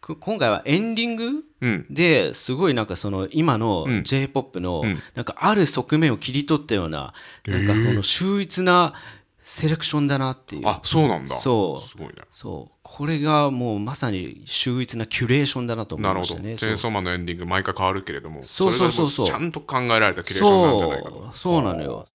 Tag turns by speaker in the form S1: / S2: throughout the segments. S1: く今回はエンディング
S2: うん
S1: ですごいなんかその今の
S2: うん
S1: j p o p の
S2: うん
S1: なんかある側面を切り取ったようななんかこの秀逸なセレクションだなっていう
S2: あそうなんだ
S1: そう
S2: すごいね
S1: そうこれがもうまさに秀逸なキュレーションだなと思
S2: ないる
S1: ま
S2: ほ
S1: し
S2: ど
S1: た
S2: 「
S1: ね
S2: チェーンソーマン」のエンディング毎回変わるけれども
S1: そうそうそうそう
S2: れがもちゃんと考えられたキュレーションなんじゃないかと
S1: そうそうなのよ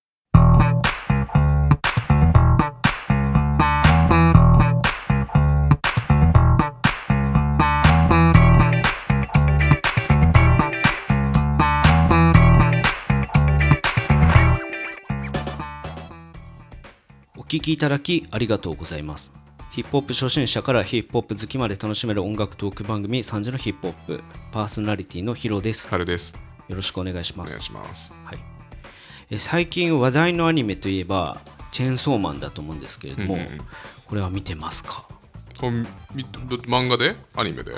S1: お聞きいただきありがとうございますヒップホップ初心者からヒップホップ好きまで楽しめる音楽トーク番組3時のヒップホップパーソナリティのヒロです
S2: 春です
S1: よろしくお願いしま
S2: お願い
S1: す。
S2: します
S1: はい、え最近話題のアニメといえば、チェーンソーマンだと思うんですけれども、
S2: うんうんうん
S1: これは見てますか
S2: これみど漫画でアニメで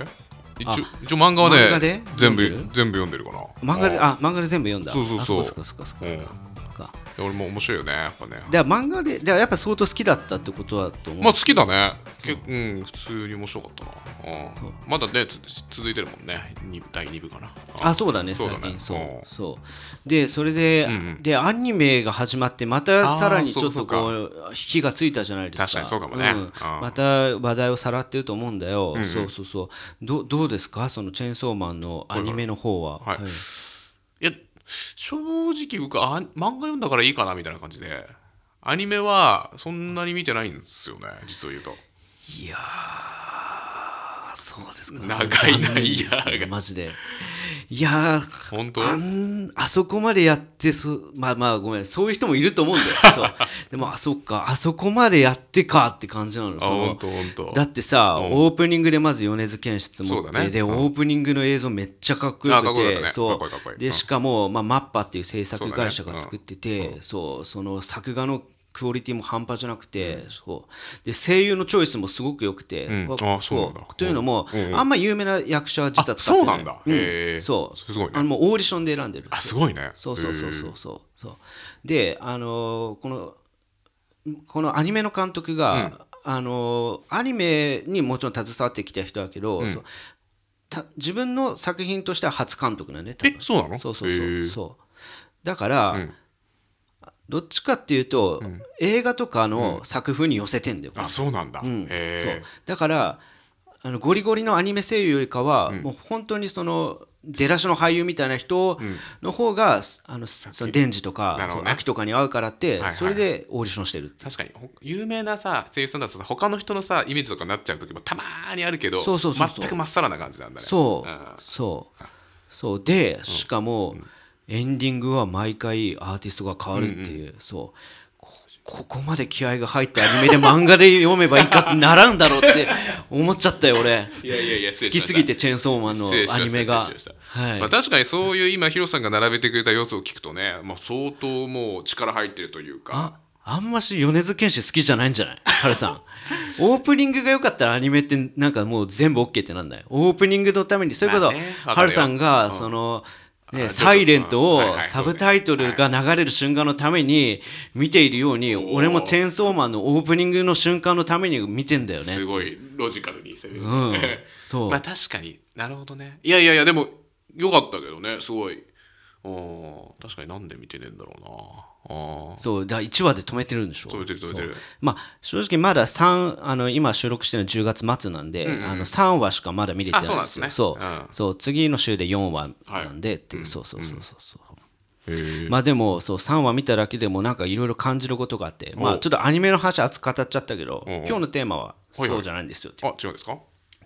S2: 一応一応漫画は
S1: 漫画で
S2: ね全部
S1: 読んで
S2: 全部読んでるかな
S1: 漫画で、
S2: あ
S1: あ、漫画で全部読んだ。
S2: そうそうそう
S1: あっかっかっかっかっかっか
S2: ー俺も面白いよねやっぱね
S1: では漫画で、ではやっぱ相当好きだったってことだと思う。
S2: まあ好きだねけうん普通に面白かったなうん
S1: そう
S2: まだねつ続いてるもんねに第2部かな
S1: あそうだね
S2: そう
S1: 最
S2: だね
S1: 近そう
S2: うん
S1: そうでそれで、
S2: うんうん
S1: でアニメが始まってまたさらに
S2: あー
S1: ちょっ
S2: そ
S1: と
S2: うか
S1: こ
S2: そう
S1: 火がついたじゃないですか
S2: 確かにそうかもね
S1: ん
S2: うん
S1: また話題をさらってると思うんだよ、
S2: うんうん
S1: そうそうそうどどうですかそのチェーンソーマンのアニメの方は、
S2: はいはいいや正直僕あ漫画読んだからいいかなみたいな感じでアニメはそんなに見てないんですよね実を言うと
S1: い、いやーそうですか
S2: 長いな
S1: それ残念ですね
S2: いやー
S1: マジでいやー
S2: 本当
S1: あんあそこまでやってそまあまあごめんそういう人もいると思うんだよそうでもあそっかあそこまでやってかって感じなの
S2: あ
S1: その
S2: 本当本当
S1: だってさ、
S2: うん
S1: オープニングでまず米津玄師持
S2: そ
S1: っ
S2: う
S1: て、
S2: だね
S1: で
S2: うん
S1: オープニングの映像めっちゃかっこよ
S2: あか
S1: く
S2: っこよ
S1: て
S2: かったね
S1: そ
S2: かっこよかった
S1: う
S2: かっこよかった
S1: で
S2: うん
S1: しかも、まあ、マッパっていう制
S2: そう
S1: 作
S2: だね
S1: 会社が作っててそう,、その作画のクオリティも半端じゃなくて、そうで声優のチョイスもすごく良くて、
S2: うん
S1: こ
S2: あそうなんだ
S1: というのも、
S2: うんうん
S1: あんま有名な役者は実は
S2: あ
S1: 使ってない
S2: そうなんだへー
S1: そう
S2: すごいね
S1: あのもうオーディションで選んでる
S2: あすごいね
S1: そうそうそうそうそうそうであのーこのこのアニメの監督が、あのーアニメにもちろん携わってきた人だけど、そうた自分の作品としては初監督なんね多
S2: へー
S1: 分
S2: えそうなの
S1: そうそう
S2: へ
S1: そう
S2: ー
S1: そうだから、
S2: ん
S1: どっちかっていうと、映画とかの作風に寄せてんだよ、
S2: あそうなんだ、
S1: うんそう
S2: へえ
S1: だからあのゴリゴリのアニメ声優よりかは、もう本当にその出だしの俳優みたいな人の方が、あのそのデンジとか、
S2: なる
S1: そ
S2: ほど
S1: の
S2: ね
S1: 秋とかに合うからって、
S2: はいはい
S1: それでオーディションしてるって
S2: 確かにほ有名なさ声優さんだとさ他の人のさイメージとかになっちゃう時もたまーにあるけど
S1: そうそうそうそう
S2: 全くまっさらな感じなんだね
S1: そう、
S2: ん
S1: そうそうでしかも、エンディングは毎回アーティストが変わるっていう、そうこここまで気合が入ったアニメで漫画で読めばいいかってならんだろうって思っちゃったよ俺
S2: いやいやい や
S1: 好
S2: 失礼し
S1: き
S2: まし
S1: す
S2: た
S1: ぎてチェーンソーマン
S2: 失礼し
S1: の
S2: ま
S1: ア
S2: した
S1: ニメが
S2: 失礼しました
S1: はい
S2: まあ、確かにそういう今ヒロさんが並べてくれた要素を聞くとね、まあ、相当もう力入ってるというか
S1: ああんまし米津玄師好きじゃないんじゃない春さ んオープニングが良かったらアニメってなんかもう全部 OK ってなんだよオープニングのためにそういうこと、は
S2: まあねわかる
S1: 春
S2: よ
S1: さんが
S2: うん
S1: その、
S2: あ
S1: ね、
S2: ちょっと
S1: サイレント
S2: うんはい
S1: を
S2: はい
S1: サブタイトルが流れる瞬間のために見ているように
S2: ー
S1: 俺もチェーンソーマンのオープニングの瞬間のために見てんだよね
S2: すごいロジカルに攻める、
S1: うん そう
S2: まあ確かになるほどねいやいやいやでもよかったけどねすごいうん確かになんで見てねえんだろうなあー
S1: そうだから1話で止めてるんでしょ
S2: 止めてる止めてる
S1: そうまあ正直まだ3あの今収録してるの10月末なんで、あの3話しかまだ見れてないんですよ
S2: あそうなん
S1: そ
S2: ですね
S1: うそう次の週で4話なんで、っていうそうそうそうそうそう、
S2: へー
S1: まあでもそう3話見ただけでもなんかいろいろ感じることがあってまあ
S2: お
S1: ちょっとアニメの話熱く語っちゃったけど
S2: おうおう
S1: 今日のテーマは
S2: はい
S1: そうじゃないんですよっていう
S2: あ違うんですか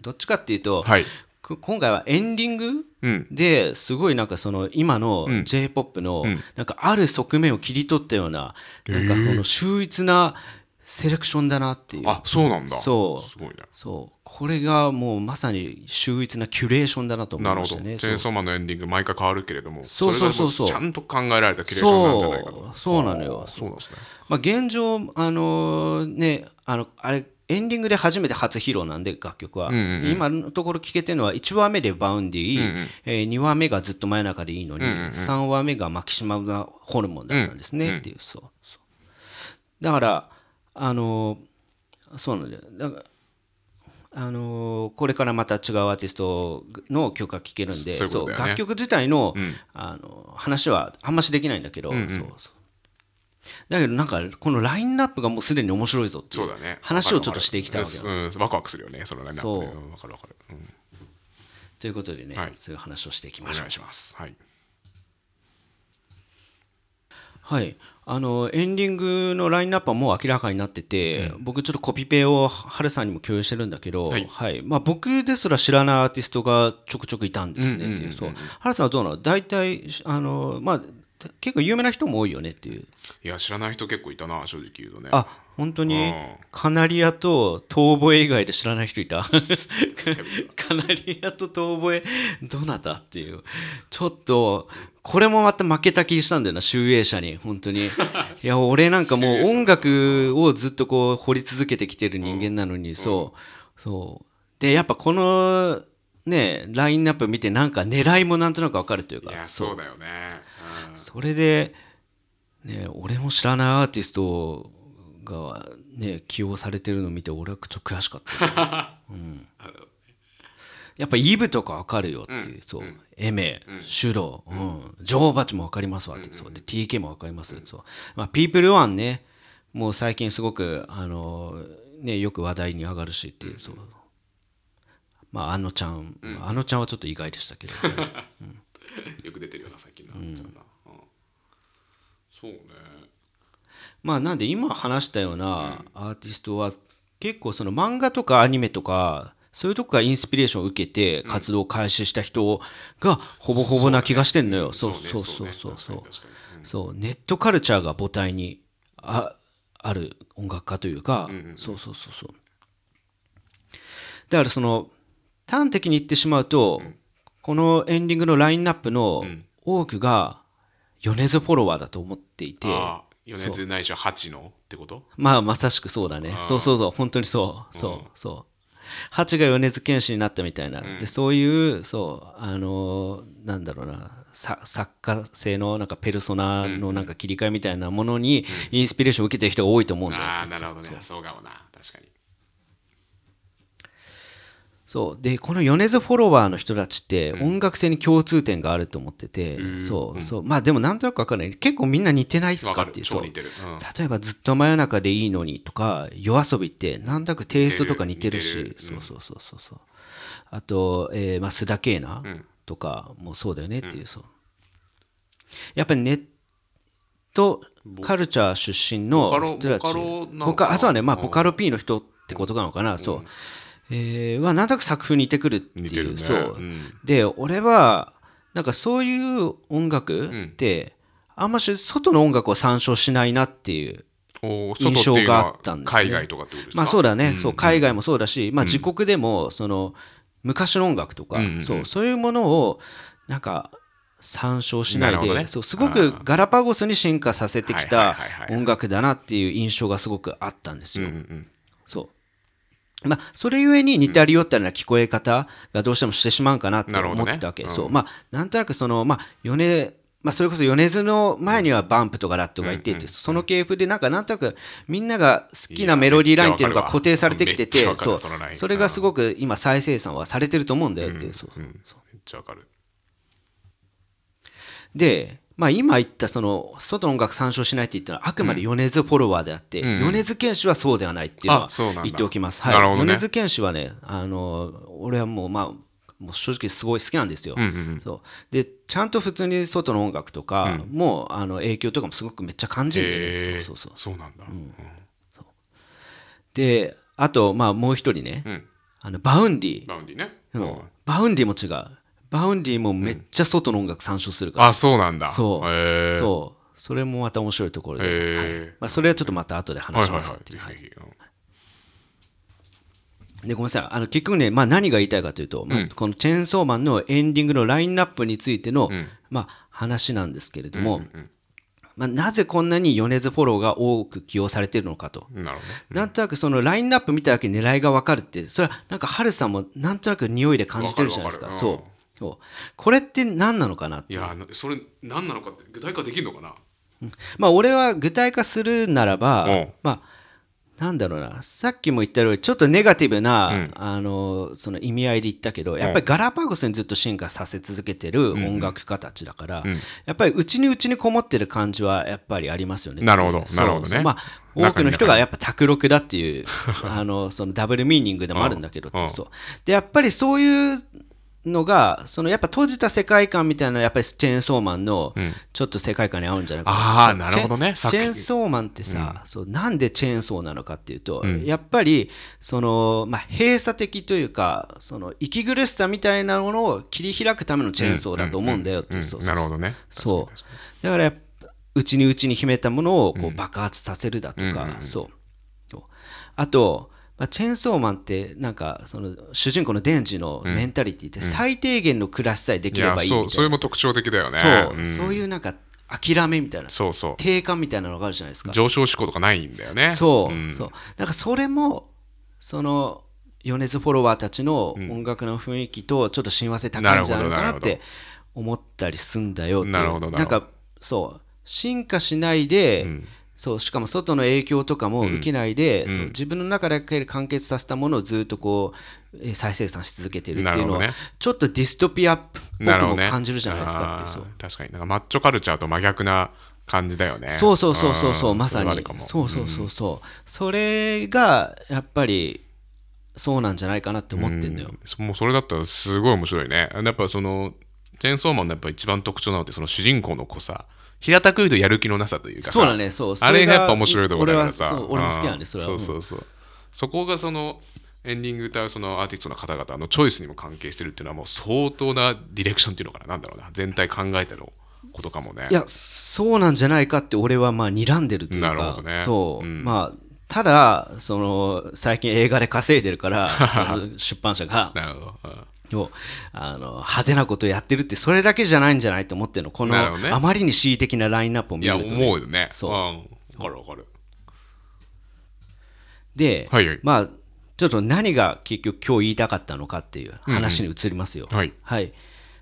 S1: どっちかっていうと、
S2: はい
S1: く今回はエンディング、
S2: うん
S1: ですごいなんかその今の j p o p のなんかある側面を切り取ったようななんかこの秀逸なセレクションだなっていう
S2: あそうなんだ
S1: そう
S2: すごいね
S1: そうこれがもうまさに秀逸なキュレーションだなと思
S2: ないる
S1: ま
S2: ほ
S1: し
S2: ど、
S1: たね
S2: チェーンソーマンのエンディング毎回変わるけれども
S1: そうそうそうそう
S2: れがもちゃんと考えられたキュレーションなんじゃないかと
S1: そうそうなのよ
S2: そうなんですね
S1: まあ、現状、あのね、あのあれエンディングで初めて初披露なんで楽曲は、今のところ聴けてるのは1話目で「バウンディえー2話目が「ずっと真夜中でいいのに」3話目が「マキシマムなホルモン」だったんですね、っていうそうそうだからあのーそうなんだよだからあのーこれからまた違うアーティストの曲が聴けるんで
S2: そそういうことだよね
S1: 楽曲自体の,、
S2: うん
S1: あの話はあんましできないんだけど、
S2: うんうん
S1: そうそうだけどなんかこのラインナップがもうすでに面白いぞってい
S2: そう
S1: う
S2: だね
S1: 話をちょっとしていきたいわけです。
S2: うん、ワクワクするよねそのラインナップね
S1: そうん
S2: わかるわかる、うん
S1: ということでね、
S2: はい
S1: そういう話をしていき
S2: お
S1: ましょう
S2: 願い。しますはい
S1: はい、あのエンディングのラインナップはもう明らかになってて、僕ちょっとコピペをハルさんにも共有してるんだけど、
S2: はい
S1: はいまあ、僕ですら知らないアーティストがちょくちょくいたんですねっていうそうハルさんはどうなの大体あの、まあ、結構有名な人も多いよねっていう
S2: いや知らない人結構いたな正直言うとね
S1: あ本当
S2: う
S1: に
S2: ん
S1: カナリアと遠吠え以外で知らない人 いたカナリアと遠吠えどなたっていうちょっとこれもまた負けた気したんだよな集英社に本当 にいや俺なんかもう音楽をずっとこう掘り続けてきてる人間なのに、そうそうでやっぱこのねラインナップ見てなんか狙いもなんとなくわかるというか
S2: いやそうだよね、うん
S1: それで、ね、俺も知らないアーティストが、ね、起用されてるの見て俺はちょっと悔しかった ですね、うんやっぱイブとか分かるよっていう、そう、エメ、シュロ、うん、女王蜂も分かりますわって、そうで TK も分かります、そうまあ、ピープルワンねもう最近すごくあのねよく話題に上がるしっていう、そうまああのちゃん、あのちゃんはちょっと意外でしたけど
S2: よく出てるよな最近な、ちゃんなうんそうね
S1: まあなんで今話したようなアーティストは結構その漫画とかアニメとかそういうとこからインスピレーションを受けて活動を開始した人がほぼほぼな気がしてんのよ。そうそうそうそうそう。
S2: 確かに確かに
S1: そうネットカルチャーが母体にあある音楽家というか、そうそうそうそうだからその端的に言ってしまうと、このエンディングのラインナップの多くが米津フォロワーだと思っていて、
S2: ああ米津ないしは8のってこと
S1: まあまさしくそうだねそうそうそう本当にそうそう、そう八が米津玄師になったみたいな、でそういうそうあのーなんだろうなさ作家性のなんかペルソナのなんか切り替えみたいなものにインスピレーションを受けてる人が多いと思うんだよ、
S2: ああなるほどねそうかもな確かに
S1: そうでこの米津フォロワーの人たちって音楽性に共通点があると思ってて、そうそうまあでもなんとなく分かんない結構みんな似てないっす
S2: わ
S1: か
S2: か
S1: っ
S2: る
S1: ていう
S2: 超
S1: そう
S2: 似てる、うん
S1: 例えば「ずっと真夜中でいいのに」とか「夜遊び」ってなんとなくテイストとか似てるし
S2: 似てる
S1: そうそうそうそうそうあと、えーまあ、須田圭なとかもそうだよねっていう、そうやっぱりネットカルチャー出身の
S2: ボカロ
S1: 人たち
S2: ボカロなのかな
S1: ボカあそうだねまあ
S2: うん
S1: ボカロ P の人ってことなのかな、そう、えーはなんとなく作風に似てくるって
S2: 似て
S1: いう
S2: るね
S1: そう、
S2: うん
S1: で俺はなんかそういう音楽って、あんまし外の音楽を参照しないなっていう
S2: おー
S1: 印
S2: 外って
S1: 象
S2: いうの
S1: があ
S2: は
S1: ったんですね
S2: 海外とかってことですか
S1: まあそうだね、そう海外もそうだし、まあ、自国でもその昔の音楽とか、
S2: うんうんうん
S1: そうそういうものをなんか参照しない
S2: なるほ
S1: で、
S2: どね
S1: そうすごくガラパゴスに進化させてきた
S2: はいはいはいはい
S1: 音楽だなっていう印象がすごくあったんですよ。
S2: うんうん
S1: そうまあ、それゆえに似たり寄ったりな聞こえ方がどうしてもしてしまうかなって
S2: なるほ
S1: 思
S2: ど
S1: っ
S2: ね
S1: てたわけ、そうまあ、なんとなくその、まあ米まあ、それこそ米津の前にはバンプとかラットがいて、ってその系譜でなんかなんとなくみんなが好きなメロディーラインっていうのが固定されてきて
S2: めってちゃわかる
S1: そ
S2: わ
S1: う
S2: そのライン
S1: それがすごく今再生産はされてると思うんだよっていう、そう
S2: うんうんめっちゃわかる
S1: で、まあ、今言ったその外の音楽参照しないって言ったのはあくまで米津フォロワーであって、米津玄師はそうではないっていうのは
S2: あそうなんだ
S1: 言っておきます。
S2: なる
S1: は
S2: ほ
S1: い、
S2: どね
S1: 米津玄師はねあの俺はもう,、まあ、もう正直すごい好きなんですよ。
S2: うんうん
S1: そうでちゃんと普通に外の音楽とかも、あの影響とかもすごくめっちゃ感じるんだよね、
S2: えー
S1: そうそうそう
S2: そうなんだうん
S1: であと、まあ、もう一人ね、
S2: うん
S1: あのバウンディ、
S2: バウンディね
S1: うん
S2: うん
S1: バウンディも違うバウンディもめっちゃ外の音楽参照するから、
S2: あそうなんだ
S1: そう
S2: へー
S1: そうそれもまた面白いところで、
S2: へー
S1: まあ、それはちょっとまた後で
S2: は
S1: 話
S2: い
S1: し
S2: はい
S1: ます
S2: は
S1: って
S2: い
S1: い
S2: ぜ
S1: う
S2: ひぜひ
S1: でごめんなさいあの結局ね、まあ、何が言いたいかというと、まあ、この「チェーンソーマン」のエンディングのラインナップについての、まあ、話なんですけれども、まあ、なぜこんなに米津フォローが多く起用されてるのかと。
S2: うんなるほどね
S1: なんとなくそのラインナップ見ただけで狙いが分かるってそれはなんかハルさんもなんとなく匂いで感じてるじゃないですか
S2: わかるわかる
S1: そうそうこれって何なのかなって
S2: いやなそれ何なのかって具体化できるのかな
S1: まあ俺は具体化するならば、
S2: うん
S1: まあなんだろうなさっきも言ったようにちょっとネガティブな、
S2: うん
S1: あのその意味合いで言ったけどやっぱりガラパゴスにずっと進化させ続けてる音楽家たちだから、
S2: ん
S1: やっぱりうちにうちにこもってる感じはやっぱりありますよね。
S2: なるほど
S1: そう
S2: なるほどね
S1: そうまあ多くの人がやっぱ卓録だって いうあのそのダブルミーニングでもあるんだけど
S2: うんうん
S1: そうでやっぱりそういうのがそのやっぱ閉じた世界観みたいなのはやっぱりチェーンソーマンのちょっと世界観に合うんじゃないかな、
S2: あー
S1: そう
S2: なるほどね
S1: チェ
S2: 作
S1: チェ
S2: 品
S1: ーンソーマンってさ、そうなんでチェーンソーなのかっていうと、やっぱりその、まあ、閉鎖的というかその息苦しさみたいなものを切り開くためのチェーンソーだと思うんだよっていうそうそう
S2: なるほどね
S1: そうだからやっぱ内に内に秘めたものをこう爆発させるだとか、そうそうあと、まあ、チェーンソーマンってなんかその主人公のデンジのメンタリティって最低限の暮らしさえで
S2: い
S1: きれ
S2: や
S1: ばいいみたいな
S2: そうそれも特徴的だよね
S1: そう、
S2: ん
S1: そういうなんか諦めみたいな
S2: そうそ
S1: 定感みたいなのがあるじゃないですか
S2: う上昇志向とかないんだよね
S1: そう、
S2: ん
S1: そうだからそれもその米津フォロワーたちの音楽の雰囲気とちょっと親和性高いんじゃないのか
S2: なる
S1: な
S2: ほ
S1: っ
S2: どなる
S1: て思ったりすんだよっていう
S2: なるほどな
S1: な
S2: るほ
S1: ん
S2: ど
S1: かそう進化しないで、そうしかも外の影響とかも受けないで、そう自分の中だけで完結させたものをずっとこうえー再生産し続けてるっていうのは、
S2: なるほどね
S1: ちょっとディストピアっぽ
S2: なる
S1: く
S2: ほ
S1: も
S2: どね
S1: 感じるじゃないですかっていう
S2: あー
S1: そう
S2: 確かになんかマッチョカルチャーと真逆な感じだよね
S1: そうそうそうそうそう、
S2: ん
S1: まさ
S2: れはある
S1: に
S2: かも
S1: そうそうそうそう、それがやっぱりそうなんじゃないかなって思ってんのよ、
S2: そもうそれだったらすごい面白いね。やっぱその、チェーンソーマンのやっぱ一番特徴なのって、その主人公の子さ、平たく言うとやる気のなさというかさ、
S1: そうだねそう
S2: あれがやっぱ面白いところだからさ。
S1: 俺はそう俺も好きなんで
S2: うん
S1: それは
S2: そうそうそう。そこがその、エンディング歌うそのアーティストの方々のチョイスにも関係してるっていうのはもう相当なディレクションっていうのかな、なんだろうな、全体考えてのことかもね。
S1: いやそうなんじゃないかって俺はまあ睨んでるというか
S2: なるほどね
S1: そう、まあただその最近映画で稼いでるから その出版社が
S2: なるほど。うん
S1: をあの派手なことやってるってそれだけじゃないんじゃないと思ってるのこの
S2: なるほどね
S1: あまりに恣意的なラインナップを
S2: い
S1: 見る
S2: や、
S1: と、
S2: 思
S1: ね
S2: うよね。。
S1: そうん
S2: わかるわかる。
S1: で、
S2: はいはい
S1: まあちょっと何が結局今日言いたかったのかっていう話に移りますよ。
S2: はい。
S1: はい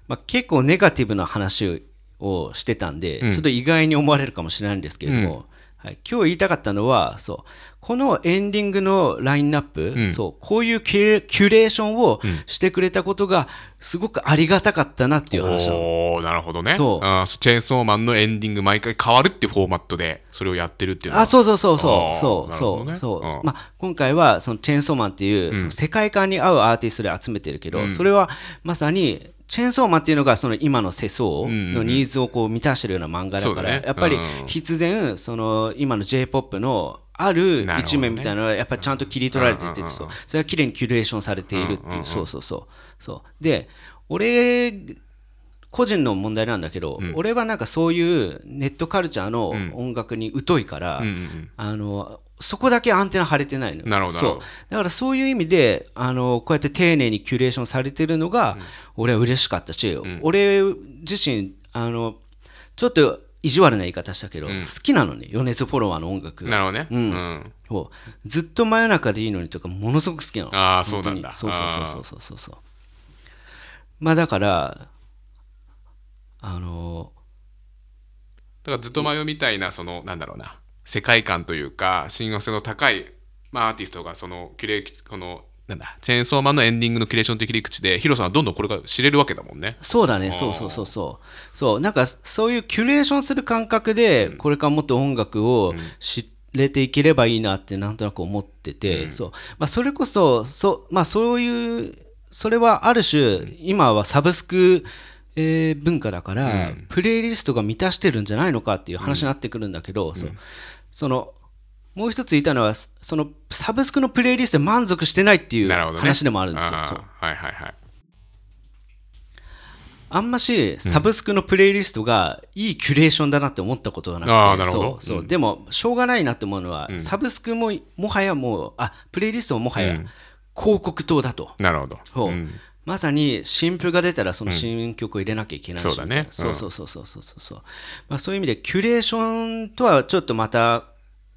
S1: まあ、結構ネガティブな話をしてたんで、ちょっと意外に思われるかもしれないんですけれども、はい、今日言いたかったのはそうこのエンディングのラインナップ、そうこういうキュレキュレーションをしてくれたことがすごくありがたかったなっていう話なの
S2: おおなるほどね
S1: そう
S2: あーチェーンソーマンのエンディング毎回変わるっていうフォーマットでそれをやってるっていうのは
S1: あそうそうそう
S2: あ
S1: そ
S2: ー
S1: うそ
S2: な
S1: う
S2: るほ
S1: そ
S2: ど
S1: う,、
S2: ね
S1: そう
S2: うん
S1: まあ、今回はそのチェーンソーマンっていう、その世界観に合うアーティストで集めてるけど、それはまさにチェーンソーマンっていうのがその今の世相のニーズをこう満たしてるような漫画だ
S2: そ
S1: か
S2: う
S1: ら、
S2: だね
S1: やっぱり
S2: うん
S1: 必然その今の j p o p のある
S2: なるほどね
S1: 一面みたいなのはやっぱりちゃんと切り取られていて、そうそれが綺麗にキュレーションされているっていう、そうそうそうそうで俺個人の問題なんだけど、俺はなんかそういうネットカルチャーの音楽に疎いから、あのそこだけアンテナ張れてないのよ
S2: なるほど
S1: そ
S2: なる
S1: う
S2: ほど
S1: だからそういう意味であのこうやって丁寧にキュレーションされてるのが、俺は嬉しかったし、俺自身あのちょっと意地悪な言い方したけど、好きなのね米津フォロワーの音楽
S2: なるほどねうん、
S1: をずっと真夜中でいいのにとかものすごく好きなの
S2: ああそうなんだ
S1: そうそうそうそうそうそうそうまあだからあの
S2: だからずっと迷うみたいなそのなんだろうな世界観というか親和性の高い、まあ、アーティストがそのキュレーこのなんだチェーンソーマンのエンディングのキュレーション的切り口でヒロさんはどんどんこれが知れるわけだもんね
S1: そうだねそうそうそうそうそうなんかそういうキュレーションする感覚でこれからもっと音楽を知れていければいいなってなんとなく思ってて、そうまあ、それこそそ,、まあ、そういうそれはある種今はサブスクえー文化だから、プレイリストが満たしてるんじゃないのかっていう話になってくるんだけど、そうそのもう一つ言いたのはそのサブスクのプレイリストで満足してないっていう
S2: なるほどね
S1: 話でもあるんですよ。
S2: あー
S1: そう
S2: はいはいはい
S1: あんましサブスクのプレイリストがいいキュレーションだなって思ったことがなくて、
S2: あーなるほど
S1: そうそう、でもしょうがないなって思うのは、サブスクももはやもうあプレイリストももはや広告塔だと、
S2: なるほど
S1: そうまさに新譜が出たらその新曲を入れなきゃいけないし、
S2: そうだね
S1: そうそうそうそうそうそうそう、まあ、そういう意味でキュレーションとはちょっとまた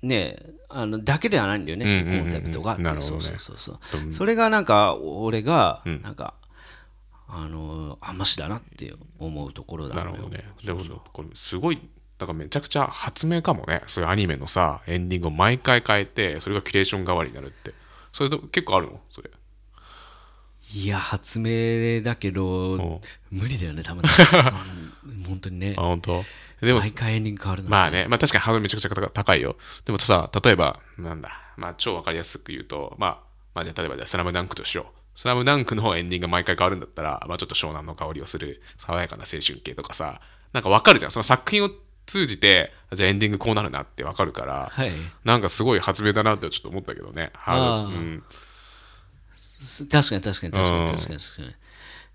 S1: ねあのだけではないんだよねっていうコンセプトがあって、
S2: うんうんうんうんなるほどね
S1: そうそうそうそうそれがなんか俺がなんか、あのあんましだなって思うところだ
S2: なるほどねでもこれすごいだからめちゃくちゃ発明かもねそういうアニメのさエンディングを毎回変えてそれがキュレーション代わりになるってそれと結構あるのそれ
S1: いや発明だけど無理だよね多分そう本当にね
S2: あ本当でも
S1: 毎回エンディング変わるの
S2: まあね、まあ、確かにハードルめちゃくちゃ高いよでもさ例えばなんだまあ超わかりやすく言うとまあまあじゃあ例えばじゃあスラムダンクとしようスラムダンクのエンディングが毎回変わるんだったら、まあ、ちょっと湘南の香りをする爽やかな青春系とかさなんかわかるじゃんその作品を通じてじゃあエンディングこうなるなってわかるから、
S1: はい
S2: なんかすごい発明だなってちょっと思ったけどねハード
S1: あー
S2: うん
S1: す確かに確かに確か
S2: うん
S1: に確かに確かにい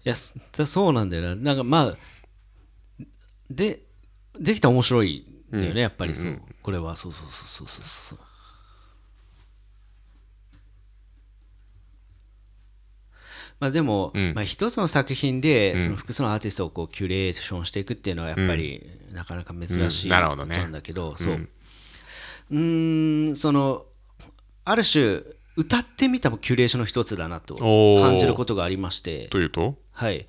S1: やすだそうなんだよななんかまあでできたら面白いんだよね、やっぱりそう、これはそうそうそうそうそうそうまあでも、
S2: うん
S1: まあ、一つの作品で、その複数のアーティストをこうキュレーションしていくっていうのはやっぱり、なかなか珍しい
S2: うんなるほど
S1: こ
S2: ね
S1: となんだけどそう、うーんそのある種歌ってみたもキュレーションの一つだなと
S2: おー
S1: 感じることがありまして
S2: というと
S1: はい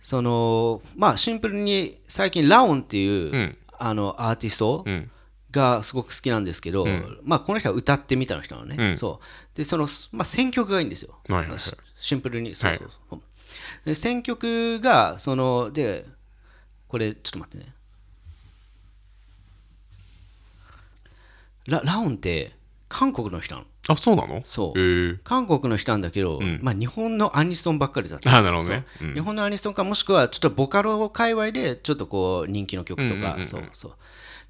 S1: そのまあシンプルに最近ラオンっていう、
S2: うん
S1: あのアーティスト
S2: うん
S1: がすごく好きなんですけど、まあこの人は歌ってみたの人なのね、
S2: うん
S1: そうでその、まあ、選曲がいいんですよ、
S2: はいはいはい
S1: しシンプルにそうそうそう、で選曲がそのでこれちょっと待ってねララオンって韓国の人なの
S2: あそうなの
S1: そう
S2: へー
S1: 韓国の人なんだけど、まあ、日本のアニソンばっかりだった
S2: あなるほどね
S1: そう日本のアニソンかもしくはちょっとボカロ界隈でちょっとこう人気の曲とか、そうそ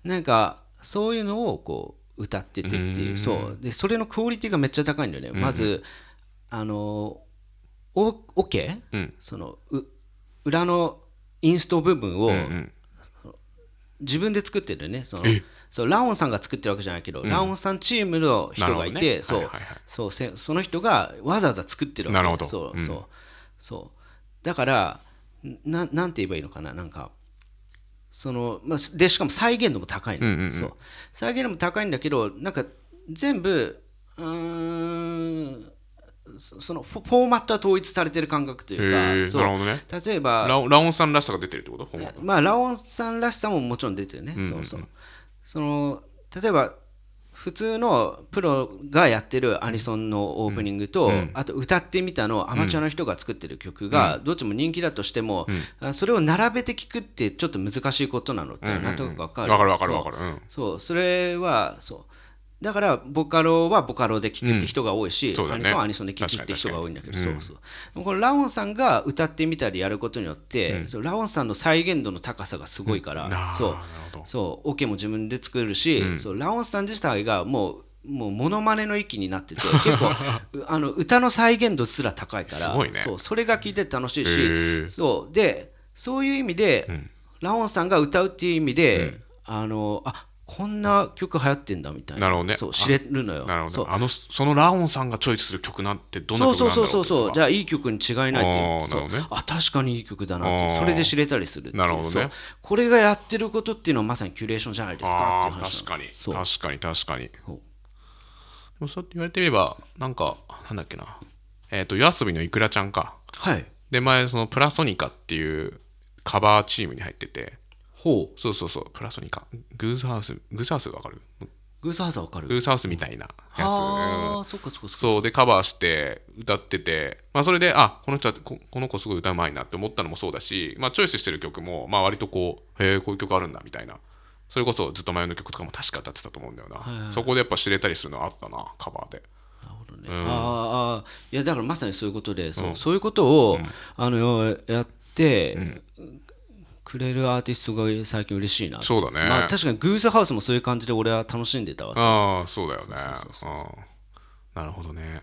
S1: うなんかそういうのをこう歌っててっていう、そうでそれのクオリティがめっちゃ高いんだよね、まずあのオオケ、
S2: うん
S1: そのう裏のインスト部分を、
S2: ん
S1: 自分で作ってるよねそのそうラオンさんが作ってるわけじゃないけど、ラオンさんチームの人がい
S2: なるほど
S1: て、
S2: ね
S1: そう,、
S2: はいはいはい
S1: そうせその人がわざわざ作ってるわけ
S2: なるほど
S1: そう
S2: うん
S1: そうそうだからななんて言えばいいのかななんかその、まあ、でしかも再現度も高いの、そう再現度も高いんだけどなんか全部うーんそそのフォフォーマットは統一されてる感覚と
S2: へ
S1: いう
S2: え
S1: かそう
S2: なるほどね
S1: 例えば
S2: ラオラオンさんらしさが出てるってことほんま
S1: まあラオンさんらしさももちろん出てるね、そうそうその例えば普通のプロがやってるアニソンのオープニングと、あと歌ってみたのアマチュアの人が作ってる曲がどっちも人気だとしても、あそれを並べて聞くってちょっと難しいことなのってなんとなくわかる
S2: わかるわか
S1: そ
S2: る
S1: う
S2: わかるうん
S1: そうそれはそうだからボカロはボカロで聴くって人が多いし、
S2: そうだ
S1: ア
S2: ね
S1: ニソンはアニソンで聴くって人が多いんだけど、そうそうでもこのラオンさんが歌ってみたりやることによって、そうラオンさんの再現度の高さがすごいから、
S2: あー
S1: そう
S2: なるほど
S1: そうオ、ケも自分で作るし、そうラオンさん自体がもうもうモノマネの域になって て結構うあの歌の再現度すら高いから
S2: すごいね
S1: そうそれが聞いてて楽しい
S2: へー
S1: しそうでそういう意味で、ラオンさんが歌うっていう意味で、あのあこんな曲流行ってんだみたいな
S2: なるほどね
S1: そう
S2: あ
S1: 知れるのよ
S2: なるほ
S1: そう
S2: どあのそのラオンさんがチョイスする曲なんてどんな
S1: そう
S2: 曲
S1: そ
S2: なん
S1: う
S2: だ
S1: そ
S2: ろ
S1: う
S2: う
S1: そうそうじ
S2: ゃ
S1: ゃあいい曲に違いないって
S2: あ
S1: い
S2: ー
S1: うそ
S2: なるほ
S1: う
S2: どね
S1: あ確かにいい曲だなって
S2: あー
S1: それで知れたりするっていう
S2: なるほどね
S1: そうこれがやってることっていうのはまさにキュレーションじゃないですかっていう話なの
S2: 確かに
S1: そう
S2: 確かに確かにで
S1: そう
S2: もそうやって言われてみればなんかなんだっけなえっ、と夜遊びのいくらちゃんか
S1: はい
S2: で前そのプラソニカっていうカバーチームに入ってて
S1: ほう
S2: そうそうそうプラソニカグーズハウスグーズハウスわかる
S1: グースハウスはわか
S2: グ
S1: る
S2: ーズハウスみたいなやつ
S1: ああそっかそっかそっか
S2: そうでカバーして歌ってて、まあ、それであこの人はここの子すごい歌うまいなって思ったのもそうだし、まあ、チョイスしてる曲も、まあ、割とこうへえこういう曲あるんだみたいなそれこそずっと前の曲とかも確か歌ってたと思うんだよな、そこでやっぱ知れたりするのあったなカバーで
S1: ねあーあーいやだからまさにそういうことでそう,、そういうことを、あのやって、くれるアーティストが最近嬉しいな
S2: そうだね
S1: まあ、確かにグースハウスもそういう感じで俺は楽しんでたわ
S2: ああそうだよねうんなるほどね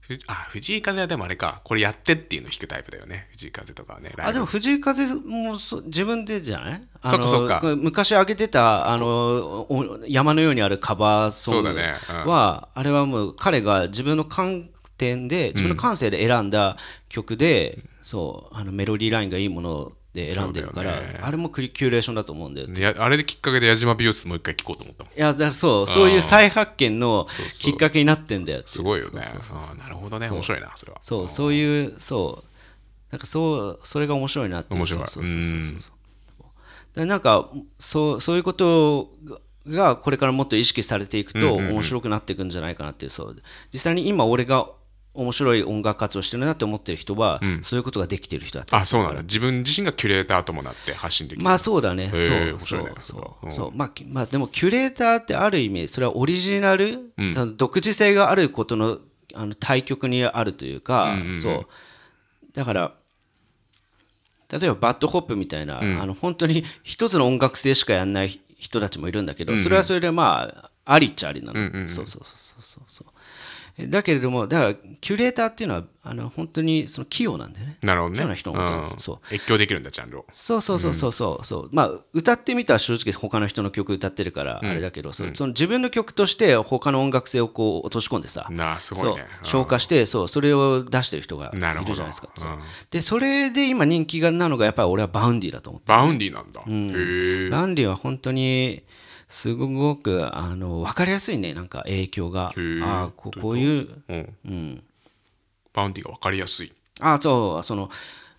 S2: ふあ藤井風はでもあれかこれやってっていうの弾くタイプだよね藤井風とかはねライ
S1: あ
S2: ブ
S1: でも藤井風もそう自分でじゃないあの
S2: そっかそっか
S1: これ昔上げてたあのお山のようにあるカバーソング
S2: そうだねうん
S1: は、あれはもう彼が自分の観点で自分の感性で選んだ曲で、そうあのメロディーラインがいいもので選んでるから、あれもクリキュレーションだと思うんだよ
S2: でやあれできっかけで矢島美容室もう一回聴こうと思ったもん
S1: いやだからそうそういう再発見のきっかけになってんだよっていう
S2: すごいよねうんなるほどね面白いなそれは
S1: そうそういうそうなんかそうそれが面白いなって
S2: 面白い
S1: そうそうそうそうそう、らなんかそうそういうことがこれからもっと意識されていくと面白くなっていくんじゃないかなっていうそう実際に今俺が面白い音楽活動してるなって思ってる人は、そういうことができてる人だったり
S2: あそうなんだ自分自身がキュレーターともなって発信できる、
S1: まあそうだね、
S2: へー
S1: そう
S2: 面白いね
S1: そう
S2: そ
S1: そうそう、まあきまあでもキュレーターってある意味それはオリジナル、その独自性があることのあの対極にあるというか、そうだから例えばバッドホップみたいな、あの本当に一つの音楽性しかやんない人たちもいるんだけど、それはそれでまあありっちゃありなの、そうそうそうそうそうえだけれどもだからキュレーターっていうのはあの本当にその器用なんだよね
S2: なるほど
S1: 器
S2: ね
S1: 用な人のことです
S2: ん
S1: そ
S2: 越境できるんだジャンルを
S1: そうそうそうそうそうそう、まあ歌ってみたら正直他の人の曲歌ってるからあれだけど、そうその自分の曲として他の音楽性をこう落とし込んでさ、
S2: なあすご
S1: そ
S2: いうね
S1: 消化してそうそれを出してる人がいるじ
S2: な
S1: ゃ
S2: る
S1: な
S2: ほ
S1: い
S2: ど
S1: ですか、そう
S2: うん
S1: でそれで今人気がなのがやっぱり俺はバウンディだと思って
S2: バウンディなんだ、へえ
S1: バウンディは本当にすごくあの分かりやすいねなんか影響が
S2: へー
S1: ああここういう
S2: うんバウンディが分かりやすい
S1: ああそうその、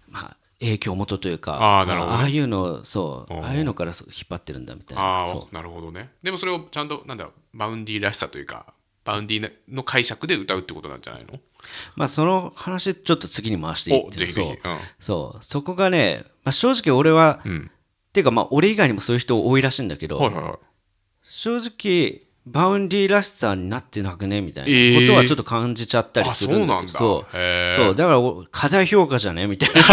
S1: まあ、影響元というか
S2: ああなるほど
S1: ああいうのそうああいうのからそう引っ張ってるんだみたいな
S2: あ
S1: そう
S2: あなるほどねでもそれをちゃんとなんだバウンディらしさというかバウンディの解釈で歌うってことなんじゃないの
S1: まあその話ちょっと次に回していい
S2: お
S1: って
S2: ぜ
S1: いう
S2: ひぜひ、
S1: そう
S2: うん
S1: そうそこがね、まあ、正直俺は、っていうかまあ俺以外にもそういう人多いらしいんだけど、
S2: はいはいはい
S1: 正直バウンディらしさになってなくねみたい
S2: え
S1: な
S2: ー
S1: ことはちょっと感じちゃったり
S2: あ
S1: す
S2: そ
S1: る
S2: うん
S1: だ
S2: な
S1: け
S2: ん
S1: ど
S2: だ
S1: そう
S2: へ
S1: そうだからお過大評価じゃねみたい な結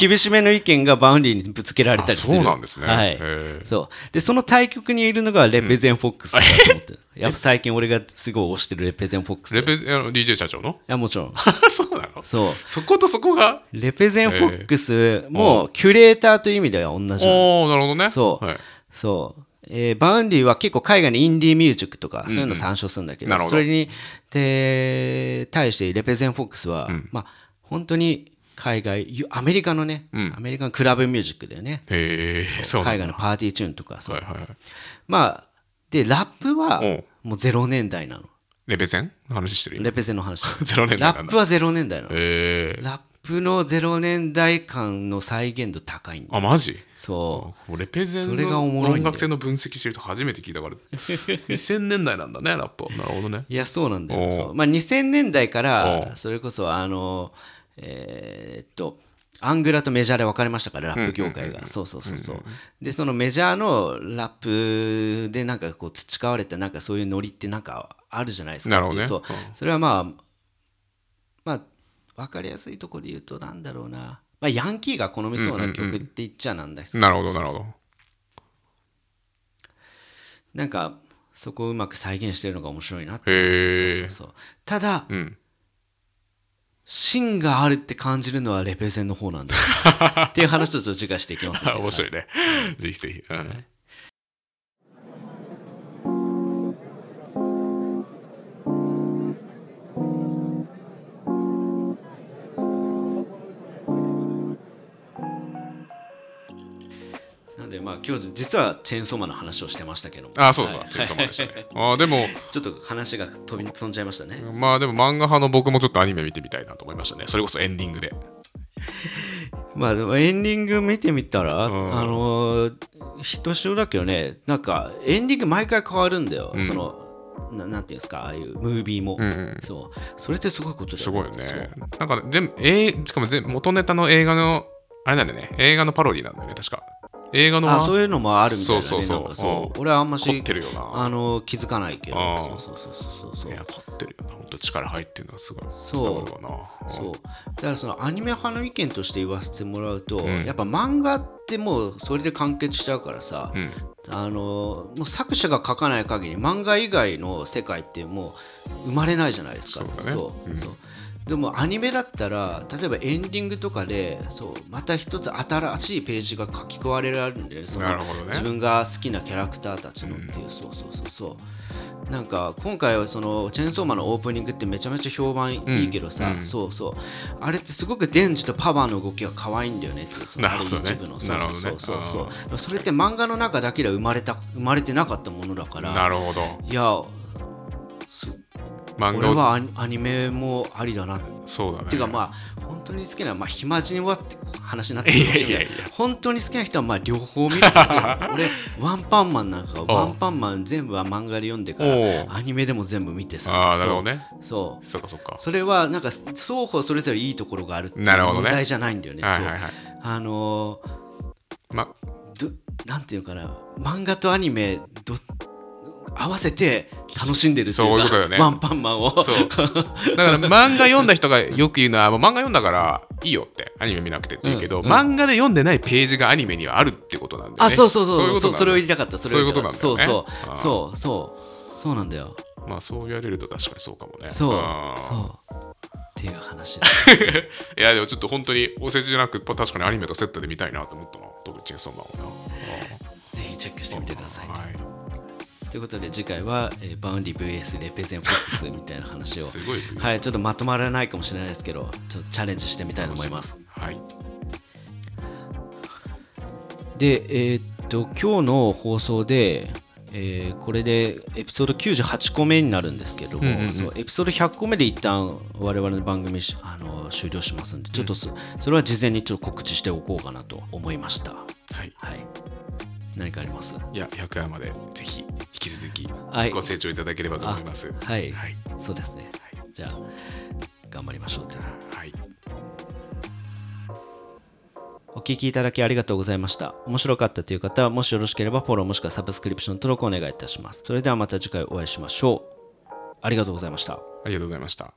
S1: 構厳しめの意見がバウンディにぶつけられた
S2: え
S1: りする
S2: そうなんですね、
S1: は
S2: へ
S1: い
S2: え
S1: そうでその対局にいるのがレペゼン・フォックスだと思 ってる、やっぱ最近俺がすごい推してるレペゼン・フォックス
S2: レ
S1: い
S2: ペあの DJ 社長の
S1: やもちろん
S2: そうなの
S1: そう
S2: そことそこが
S1: レペゼン・フォックスもキュレーターという意味では同じなの
S2: おおなるほどね
S1: そう
S2: はい
S1: そう、えーバウンディは結構海外のインディーミュージックとかそういうの参照するんだけど,、
S2: なるほど
S1: それにで対してレペゼン・フォックスは、まあ本当に海外ゆアメリカのね、アメリカのクラブミュージックだよね
S2: へえそうなん
S1: 海
S2: だ
S1: 外のパーティーチューンとかそう、
S2: はいはいはい
S1: まあでラップは
S2: おう
S1: もう0年代なの
S2: レペゼンの話してる 今
S1: レペゼンの話
S2: 0年代
S1: ラ
S2: なん
S1: ッ
S2: だ
S1: プは0年代なの
S2: へえ
S1: ラップの0年代間の再現度高いんだ
S2: あマジ
S1: そう
S2: レペゼ
S1: そ
S2: ン
S1: れがお
S2: の
S1: もろいんだよ
S2: 音楽性の分析してると初めて聞いたから 2000年代なんだねラップはなるほどね
S1: いやそうなんだ
S2: おう
S1: よそう、まあ、2000年代か
S2: お
S1: らそれこそあのえーっとアングラとメジャーで分かれましたからラップ業界がそうそうそうそうでそのメジャーのラップでなんかこう培われたなんかそういうノリってなんかあるじゃないですか
S2: なるほどね
S1: そうそれはまあまあ分かりやすいところで言うとなんだろうなまあヤンキーが好みそうな曲って言っちゃなんですけど
S2: なるほどなるほど
S1: なんかそこをうまく再現してるのが面白いなって
S2: へえ
S1: そうそうそうただ
S2: うん
S1: 芯があるって感じるのはレペゼンの方なん だっていう話をちょっと次回していきますね、
S2: あ面白いね。ぜひぜひ。うん
S1: なんでまあ今日実はチェーンソーマンの話をしてましたけども
S2: あ、そうそう
S1: は、い
S2: チェンソーマンでした ね。あでも、
S1: ちょっと話が飛び飛んじゃいましたね
S2: まあでも漫画派の僕もちょっとアニメ見てみたいなと思いましたね。それこそエンディングで。
S1: まあでもエンディング見てみたら、
S2: ん
S1: あのー、ひとしおだけどねなんかエンディング毎回変わるんだよ、そのななんていうんですかああいうムービーも、そうそれってすごいことだ
S2: す
S1: よ
S2: ごい
S1: ね
S2: よね。なんか全部、えーしかも全部元ネタの映画の、あれなんだよね。映画のパロディなんだよね、確か。映画の
S1: あそう
S2: は
S1: いうのもあるみたいな、ね、
S2: そうそうそう
S1: なんかそううん俺はあんま
S2: 凝
S1: し
S2: ってるよな。
S1: あの気づかないけど
S2: あー
S1: そうそうそうそうそう
S2: いや、凝ってるよな。本当力入ってるのはすごい
S1: そう
S2: 伝わるわな。
S1: そうだからそのアニメ派の意見として言わせてもらうと、やっぱ漫画ってもうそれで完結しちゃうからさ、
S2: うん。
S1: あのもう作者が書かない限り漫画以外の世界ってもう生まれないじゃないですか
S2: そうだね
S1: そうそうでもアニメだったら例えばエンディングとかでそうまた一つ新しいページが書き加えられるんだよねその
S2: なるほどね
S1: 自分が好きなキャラクターたちのっていう、そうそうそうそうなんか今回はそのチェーンソーマンのオープニングってめちゃめちゃ評判いいけどさ、そうそうあれってすごくデンジとパワーの動きが可愛いんだよねっていうその
S2: なるほどね
S1: あれ一部のそう
S2: なるほど
S1: そ
S2: ね
S1: うそうそうそれって漫画の中だけでは生まれた生まれてなかったものだから
S2: なるほど。
S1: いや
S2: 漫
S1: 俺
S2: 画を
S1: はアニアニメもありだなって
S2: そうだね。
S1: いうかまあ本当に好きな、まあ、暇人はって話になってるかもしれない
S2: いやいやいや
S1: 本当に好きな人はまあ両方見ると 思う俺ワンパンマンなんかはワンパンマン全部は漫画で読んでか
S2: お
S1: ら
S2: う
S1: アニメでも全部見てさ
S2: ああなるほどね
S1: そうそう
S2: そっかそっか
S1: それはなんか双方それぞれいいところがあるっていう
S2: なるほどね
S1: 問題じゃないんだよね。
S2: はいはいはい
S1: そうあのー
S2: ま
S1: どなんていうのかな漫画とアニメど合わせて楽しんでるっていうか
S2: そういうことだよね
S1: ワンパンマンを
S2: そうだから漫画読んだ人がよく言うのはもう漫画読んだからいいよってアニメ見なくてって言うけど、
S1: うんうん
S2: 漫画で読んでないページがアニメにはあるってことなんだよね
S1: あそうそうそう
S2: い
S1: そう
S2: こ
S1: う
S2: と
S1: それ
S2: なんだ
S1: を言いたかったそれを言いたかった
S2: そういうことなんだよね
S1: そう
S2: あー
S1: そうそうそうそうなんだよ
S2: まあそう言われると確かにそうかもね
S1: そう
S2: あー
S1: そうっていう話 だ
S2: いやでもちょっと本当にお世辞じゃなく確かにアニメとセットで見たいなと思ったな特にチェーンソーマンをな
S1: ぜひチェックしてみてください
S2: は
S1: ということで次回は、えーバウンディ VS レペゼンフォックスみたいな話
S2: い
S1: を
S2: すごいです
S1: はいちょっとまとまらないかもしれないですけどちょっとチャレンジしてみたいと思います
S2: はい
S1: でえーっと今日の放送で、えーこれでエピソード98個目になるんですけども、
S2: うんうんうん
S1: そうエピソード100個目で一旦我々の番組しあの終了しますんでちょっとそ,、それは事前にちょっと告知しておこうかなと思いました
S2: はい
S1: はい何かあります
S2: いや100話までぜひ引き続き
S1: い
S2: ご成長いただければと思います
S1: はい、
S2: はい
S1: そうですねじゃあ頑張りましょうという
S2: はい
S1: お聞きいただきありがとうございました。面白かったという方は、もしよろしければフォローもしくはサブスクリプション登録をお願いいたします。それではまた次回お会いしましょう。ありがとうございました。
S2: ありがとうございました